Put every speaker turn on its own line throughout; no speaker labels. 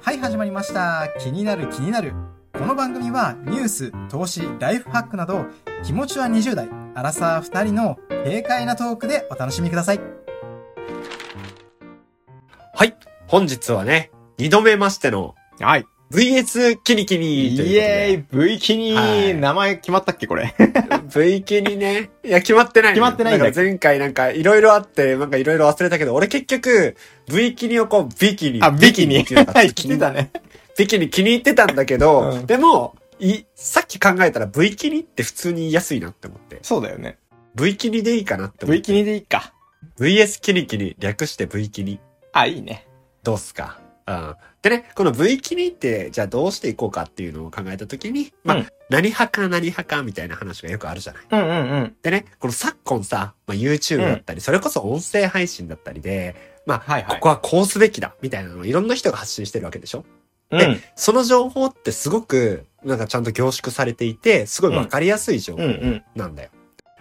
はい、始まりました。気になる気になる。この番組はニュース、投資、ライフハックなど、気持ちは20代、アラサー2人の軽快なトークでお楽しみください。
はい。本日はね、二度目ましての
はい。
VS キニキニ
イ
という
エーイ !V キニ
はい
ー名前決まったっけこれ。
ことで。V キニね。いや、決まってないのよ、
決まってないんだ
んか前回なんかいろいろあって、なんかいろいろ忘れたけど、俺結局、V キニをこう、ビキ ニ。
あ、ビキニ。
っ ていうのが
はい、来てたね。
ビキニ気に入ってたんだけど、
うん
でも、い、さっき考えたら V キニって普通に言いやすいなって思って。
そうだよ ね。
V キニでいいかなって思っ
V
て。
キニでいいか。
VS キニキニ、略して V キニ。
あ、いいね。
どうっすか。うん。でね、この V キニって、じゃあどうしていこうかっていうのを考えたときに、まあ、
うん
何派か何派かみたいな話がよくあるじゃない。
うんうんうん。
でね、この昨今さ、まあ、YouTube だったり、それこそ音声配信だったりで、まあ、
はいはい
ここはこうすべきだみたいなのをいろんな人が発信してるわけでしょ
う
でその情報ってすごく、なんかちゃんと凝縮されていて、すごいわかりやすい情報
うんうん。
なんだよ。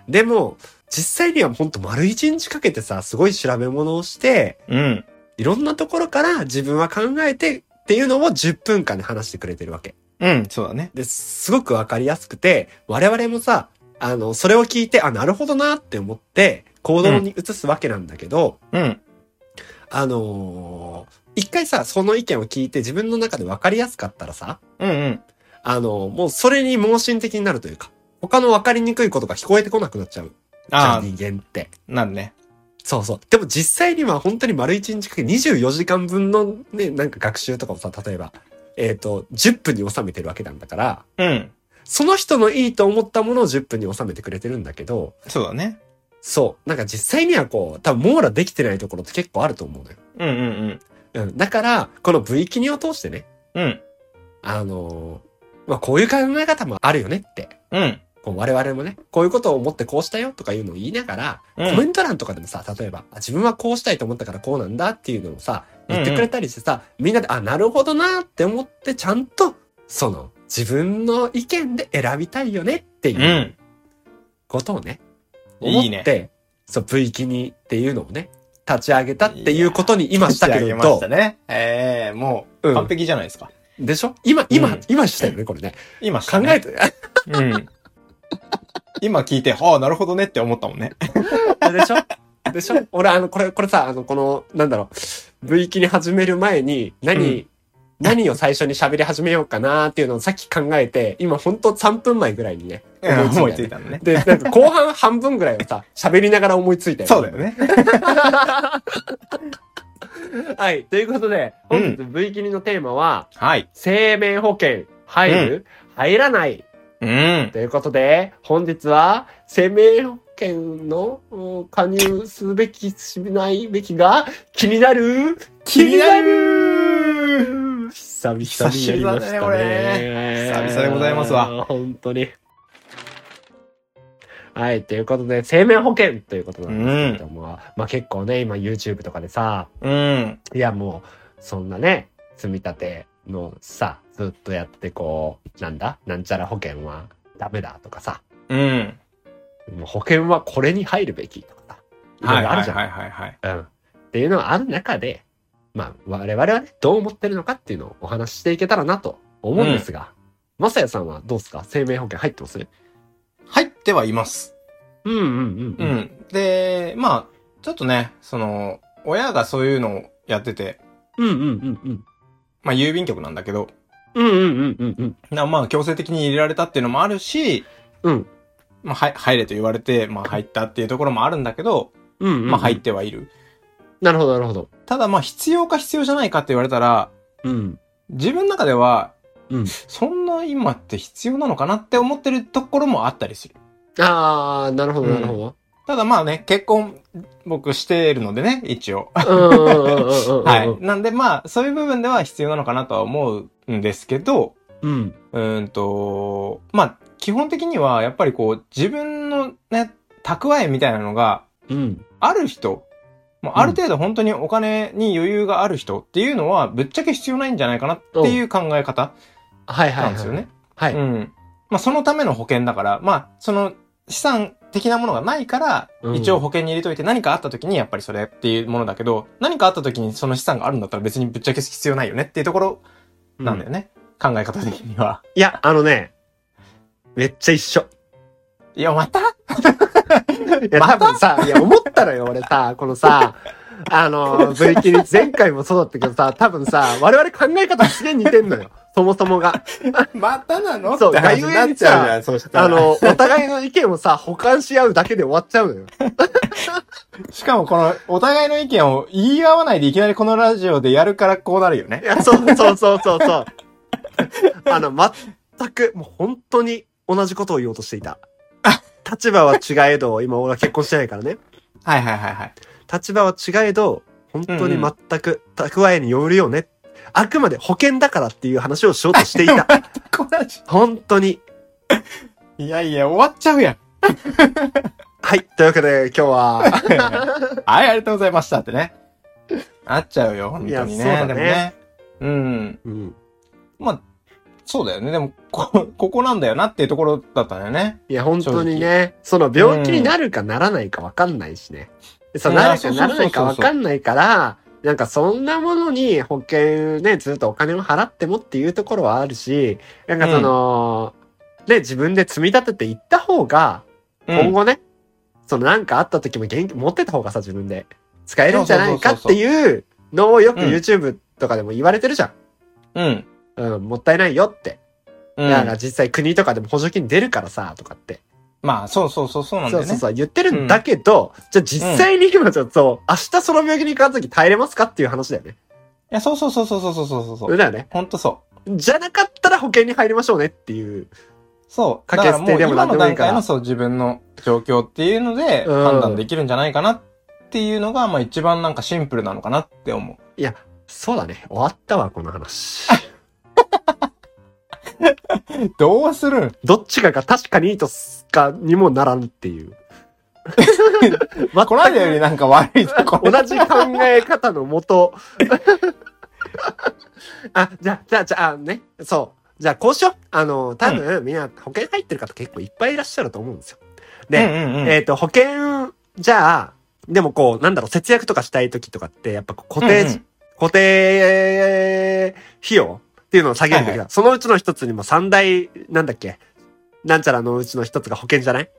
でも、実際にはほんと丸一日かけてさ、すごい調べ物をして、
うん。
いろんなところから自分は考えてっていうのを10分間で話してくれてるわけ。
うん、そうだね。
で、すごくわかりやすくて、我々もさ、あの、それを聞いて、あ、なるほどなって思って、行動に移すわけなんだけど、
うん。
あのー一回さ、その意見を聞いて自分の中でわかりやすかったらさ、
うんうん。
あのーもうそれに盲信的になるというか、他のわかりにくいことが聞こえてこなくなっちゃう。じゃあ
あ
人間って。
あ、なんね。
そうそう。でも実際には本当に丸1日かけ24時間分のね、なんか学習とかをさ、例えば、えっ、と、10分に収めてるわけなんだから、
うん。
その人のいいと思ったものを10分に収めてくれてるんだけど、
そうだね。
そう。なんか実際にはこう、多分網羅できてないところって結構あると思うのよ。
うんうん
うん。だから、この V 記にを通してね、
うん。うん。
あのーまあ、こういう考え方もあるよねって。
うん。
こう我々もね、こういうことを思ってこうしたよとかいうのを言いながら、
うん
コメント欄とかでもさ、例えば、あ自分はこうしたいと思ったからこうなんだっていうのをさ、言ってくれたりしてさ、みんなで、あ、なるほどなって思って、ちゃんと、その、自分の意見で選びたいよねって
う。
いうんことをね、思
い
っ
い
て、
ね
そう、V 気にっていうのをね、立ち上げたっていうことに今したけ
立ち上げ
れ
まし
ど
た、ね。ええ、も
う
う、
ん
完璧じゃないですか。
でしょ今、今、
うん
今したよね、これね。
今し
考
たね
えて、
うん。 今聞いて、ああ、なるほどねって思ったもん ね。
でしょでしょ俺、あの、これ、これさ、あの、この、なんだろう、V 気に始める前に、何、
うん
何を最初に喋り始めようかなっていうのをさっき考えて、今ほんと3分前ぐらいにね、
思
思
い
いつ
つい
いたよね。
たのね。
で、なんか後半半分ぐらいをさ、喋りながら思いついたよ。
そうだよ。ね。
はい。ということで、本日 V 気にのテーマは、
はい。
生命保険、入る、入らない。
うん。
ということで、本日は、生命保険のうん加入すべき、しないべきが気になる
気にな
る久々にやり
久々
ましたね。
だねこれ久々でございますわ。
本当に。はい、ということで、生命保険ということなんですけども、まあ結構ね、今 YouTube とかでさ、
うん。
いやもう、そんなね、積み立てのさ、ずっとやってこう、なんだなんちゃら保険はダメだとかさ、
うん。
もう保険はこれに入るべきとかさ、いろ
はいい
ろあ
は
る
い
じゃん。
はいはいはい。
うん。っていうのがある中で、まあ、我々はね、どう思ってるのかっていうのをお話ししていけたらなと思うんですが、まさやさんはどうですか生命保険入ってます
入ってはいます。
うんうん
う。ん。で、まあ、ちょっとね、その、親がそういうのをやってて、
うんうんうんうん。
まあ、郵便局なんだけど、
うんうんうんうんうん。
なまあ、強制的に入れられたっていうのもあるし、
うん。
まあ、はい入れと言われて、まあ、入ったっていうところもあるんだけど、
うん、うん。
まあ、入っ。てはいる。
なるほどなるほど。
ただ、まあ、必要か必要じゃないかって言われたら、
うん。
自分の中では、
うん
そんな今って必要なのかなって思ってるところもあったりする。
あー、なるほどなるほど。
ただまあね、結婚、僕してるのでね、一応。
うんうんうんうんうんうん。
はい。。なんでまあ、そういう部分では必要なのかなとは思うんですけど、
うん。
うーんと、まあ、基本的にはやっぱりこう、自分のね、蓄えみたいなのが
うん。
ある人、もうある程度本当にお金に余裕がある人っていうのは、ぶっちゃけ必要ないんじゃないかなっていう考え方
はいはい、はい。
なんですよね。
はい。
うん。まあ、そのための保険だから、まあ、その、資産的なものがないから、
うん
一応保険に入れといて何かあった時にやっぱりそれっていうものだけど、何かあった時にその資産があるんだったら別にぶっちゃけ必要ないよねっていうところなんだよね。考え方的には。
いや、あのね、めっちゃ一緒。
いや、また
いや、多分さ、いや、思ったのよ、俺さ、このさ、あの、V キリ、前回もそうだったけどさ、多分さ、我々考え方すげえ似てんのよ。そもそもが。
またなの
そう
って話になっちゃうじゃん。そうした
あ
ら。
の、お互いの意見をさ、補完し合うだけで終わっちゃうのよ。
しかもこの、お互いの意見を言い合わないでいきなりこのラジオでやるからこうなるよね
い。や、そうそうそうそうそう。あの、全く、もう本当に同じことを言おうとしていた。立場は違えど、今俺は結婚してないからね。
はいはいはいはい。
立場は違えど、本当に
うんうん
全く蓄えによるよね。あくまで保険だからっていう話をしようとしていた。
こうなるじ
本当に。
ゃんいやいや、終わっちゃう やん。
はい。というわけで、今日は、
はい、ありがとうございましたってね。なっちゃうよ、本
い
当
や
に
そう
ね。
だね
でもね。うん。
うん。
まあ、そうだよね。でも、こ、ここなんだよなっていうところだったんだよね。
いや、本当にね、その病気になるかならないかわかんないしね。でそう、なるかならないかわかんないから、なんかそんなものに保険ね、ずっとお金を払ってもっていうところはあるし、なんかその、ね、自分で積み立てていった方が、
う
今
ん。
後ね、そのなんかあった時も元気持ってた方がさ、自分で使えるんじゃないかっ
そうそう
ていうのをよく
うん
YouTube とかでも言われてるじゃん。
うん。
うん、もったいないよって。
うん
だから実際国とかでも補助金出るからさ、とかって。
まあ、そうそうそう、そうなんだ
そ
よ
う
ね。
そうそう、言ってるんだけど、じゃあ実際に今ちょっと、明日その病気にかかった時耐えれますかっていう話だよね。
いや、そうそうそうそうそうそうそう
そ
そう
れ。だよね。
ほんとそう。
じゃなかったら保険に入りましょうねっていう。
そう。
か
だ
け
から
捨
も
て
う
でも
今
何で
の
もい
段
いから
階のそう自分の状況っていうので
うん
判断できるんじゃないかなっていうのが、まあ一番なんかシンプルなのかなって思う。
そうだね。終わったわ、こ の話。
どうするん
どっちかが確かにいいとすかにもならんっ ていう。
この間よりなんか悪いぞ、これ。
同じ考え方のもと。 あ、じゃあ、じゃあ、じゃあ、ね、そう。じゃあ、こうしよう。あの、多分、みんな保険入ってる方結構いっぱいいらっしゃると思うんですよ。で、
うんうんうん
えっ、と、保険、じゃあ、でもこう、なんだろう、節約とかしたい時とかって、やっぱこう固定、
うんうん
固定費用っていうのを下げるべきだ。
はいは
そのうちの一つにも三大、なんだっけ、なんちゃらのうちの一つが保険じゃない、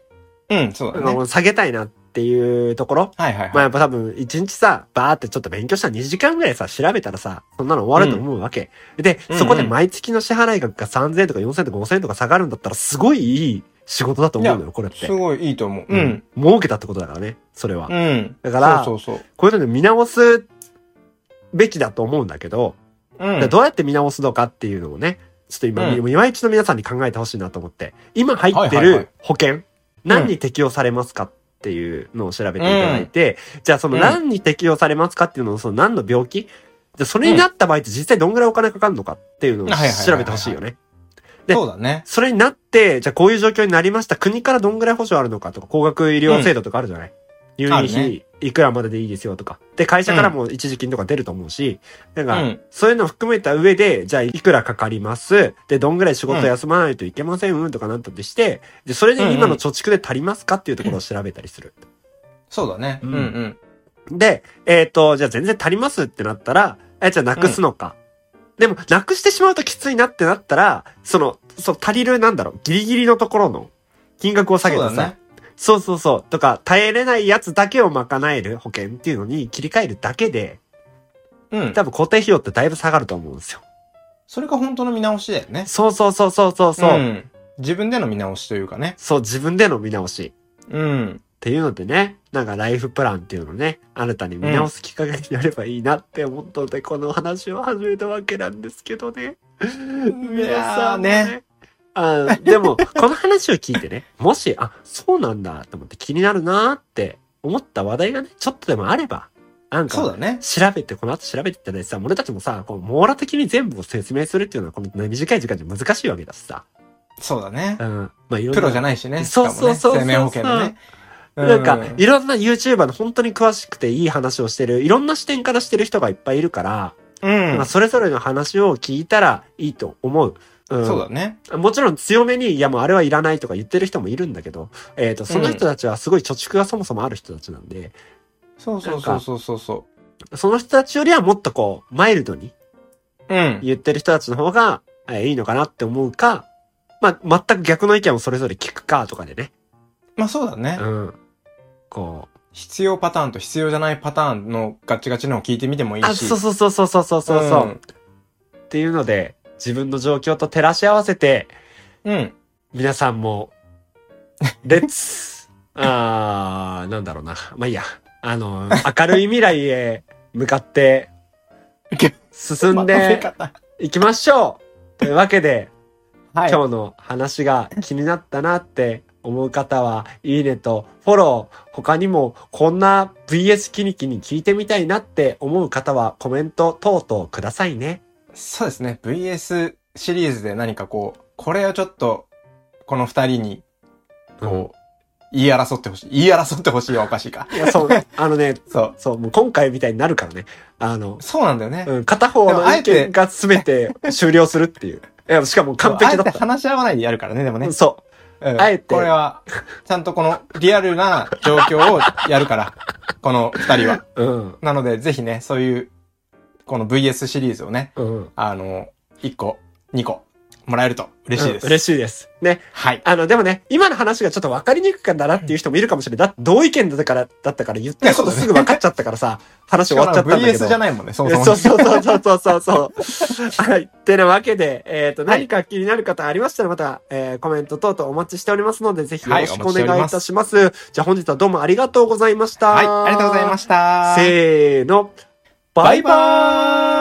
うん、そうだね。
下げたいなっていうところ
はいはい
まあ
は
やっぱ多分、一日さ、バーってちょっと勉強したら2時間ぐらいさ、調べたらさ、そんなの終わると思うわけ。で、
うんうん
そこで毎月の支払い額が3000円とか4000円とか5000円とか下がるんだったら、すごいいい仕事だと思うの
い
よ、これっ
い。
て
す。ごいいいと思う。うん。。
儲けたってことだからね、それは。
うん。
だから
そうそうそ
こういうので見直すべきだと思うんだけど、
う。う
じゃあ
ん。
どうやって見直すのかっていうのをね、ちょっと今、
うん
今一度皆さんに考えてほしいなと思って、今入って
はいはいはい
る保険、何に適用されますかっていうのを調べていただいて、じゃあその
うん
何に適用されますかっていうのを、その何の病気じゃあそれになった場合って実際どんぐらいお金かかるのかっていうのを
はいはいはいはい
調べてほしいよね。で
そうだね。
それになって、じゃあこういう状況になりました。国からどんぐらい補助あるのかとか、高額医療制度とかあるじゃない、入院
ある
費いくらまででいいですよとか。で、会社からも一時金とか出ると思うし、なん
う
か、
ん。
そういうのを含めた上で、じゃあいくらかかりますで、どんぐらい仕事休まないといけません、うん、とかなったとして、で、それで今の貯蓄で足りますかっていうところを調べたりする。
そうだね。
う
うんんうん。
で、えっ、と、じゃあ全然足りますってなったら、え、じゃあなくすのか。でも、なくしてしまうときついなってなったら、その、そう、足りる、なんだろう、ギリギリのところの金額を下げて
そ
さ、
うだね。
そうそうそう、とか、耐えれないやつだけを賄える保険っていうのに切り替えるだけで、
うん。
多分固定費用ってだいぶ下がると思うんですよ。
それが本当の見直しだよね。
そうそうそうそうそうそう。
ん自分での見直しというかね。
そう、自分での見直し。
うん。
っていうのでね、なんかライフプランっていうのね、新たに見直すきっかけになればいいなって思ったので、この話を始めたわけなんですけどね。皆さんも
いやー
ね。あでも、この話を聞いてね、もし、あ、そうなんだと思って気になるなーって思った話題がね、ちょっとでもあれば、なん
そう
か、
だね。
調べて、この後調べていったらさ、俺たちもさ、こう網羅的に全部を説明するっていうのは、この短い時間じゃ難しいわけだしさ。
そうだね
う。ん。まあ、いろん
プ
な
ロじゃないしね。
そうそうそうそう
しかもね生命保険のね。う
なんか、いろんな YouTuber の本当に詳しくていい話をしてる、いろんな視点からしてる人がいっぱいいるから、
うん
まあ、。それぞれの話を聞いたらいいと思う。うん
そうだね。
もちろん強めに、いやもうあれはいらないとか言ってる人もいるんだけど、えっ、と、その人たちはすごい貯蓄がそもそもある人たちなんで、
そうそうそうそうそうそ
その人たちよりはもっとこう、マイルドに
う。うん。
言ってる人たちの方が、えーいいのかなって思うか、まあ、全く逆の意見をそれぞれ聞くかとかでね。
まあそうだね
う。ん。こう。
必要パターンと必要じゃないパターンのガチガチのを聞いてみてもいいし。
あ、そうそうそうそうそうそうそう。
うん
っていうので、自分の状況と照らし合わせて、
うん。
皆さんも、 レッツ、あー、なんだろうな。まあいいや。あの、明るい未来へ向かって
いけ、
進ん
まとめ
で
方
いきましょうというわけで、
はい。
今日の話が気になったなって思う方は、いいねとフォロー、他にもこんな VS キニキに聞いてみたいなって思う方はコメント等々くださいね。
そうですね。VS シリーズで何かこう、これをちょっと、この二人に、こう、言い争ってほしい。言い争ってほしいはおかしいか。
いやそう、あのね、
そう。
そう、もう今回みたいになるからね。あの、
そうなんだよね。
うん、片方
で
の
もあえ
意
て
見が全て終了するっていう。いやしかも完璧だ
あえ
ってた。
話し合わないでやるからね、でもね。
そ
うん
あえて
これは、ちゃんとこのリアルな状況をやる から、この二人は。
う。うん。
なので、ぜひね、そういう、この VS シリーズをね、
うん。
あの、1個、2個、もらえると嬉しいです。
うん嬉しいです。ね。
はい。
あの、でもね、今の話がちょっと分かりにくかったなっていう人もいるかもしれない。だ同意見だったから、だったから言ってること
いやそうだね
すぐ分かっちゃったからさ、話終わっちゃったんだけど。
VS じゃないもんね、そも
いや
そ
そ
も
う。そうそうそうそうそうそう。 はい。ってなわけで、えっ、と、何か気になる方ありましたら、また、えーコメント等々お待ちしておりますので、ぜひよろしくお願いいたします。じゃあ本日はどうもありがとうございました。
はい、ありがとうございました。
せーの。
バイバーイ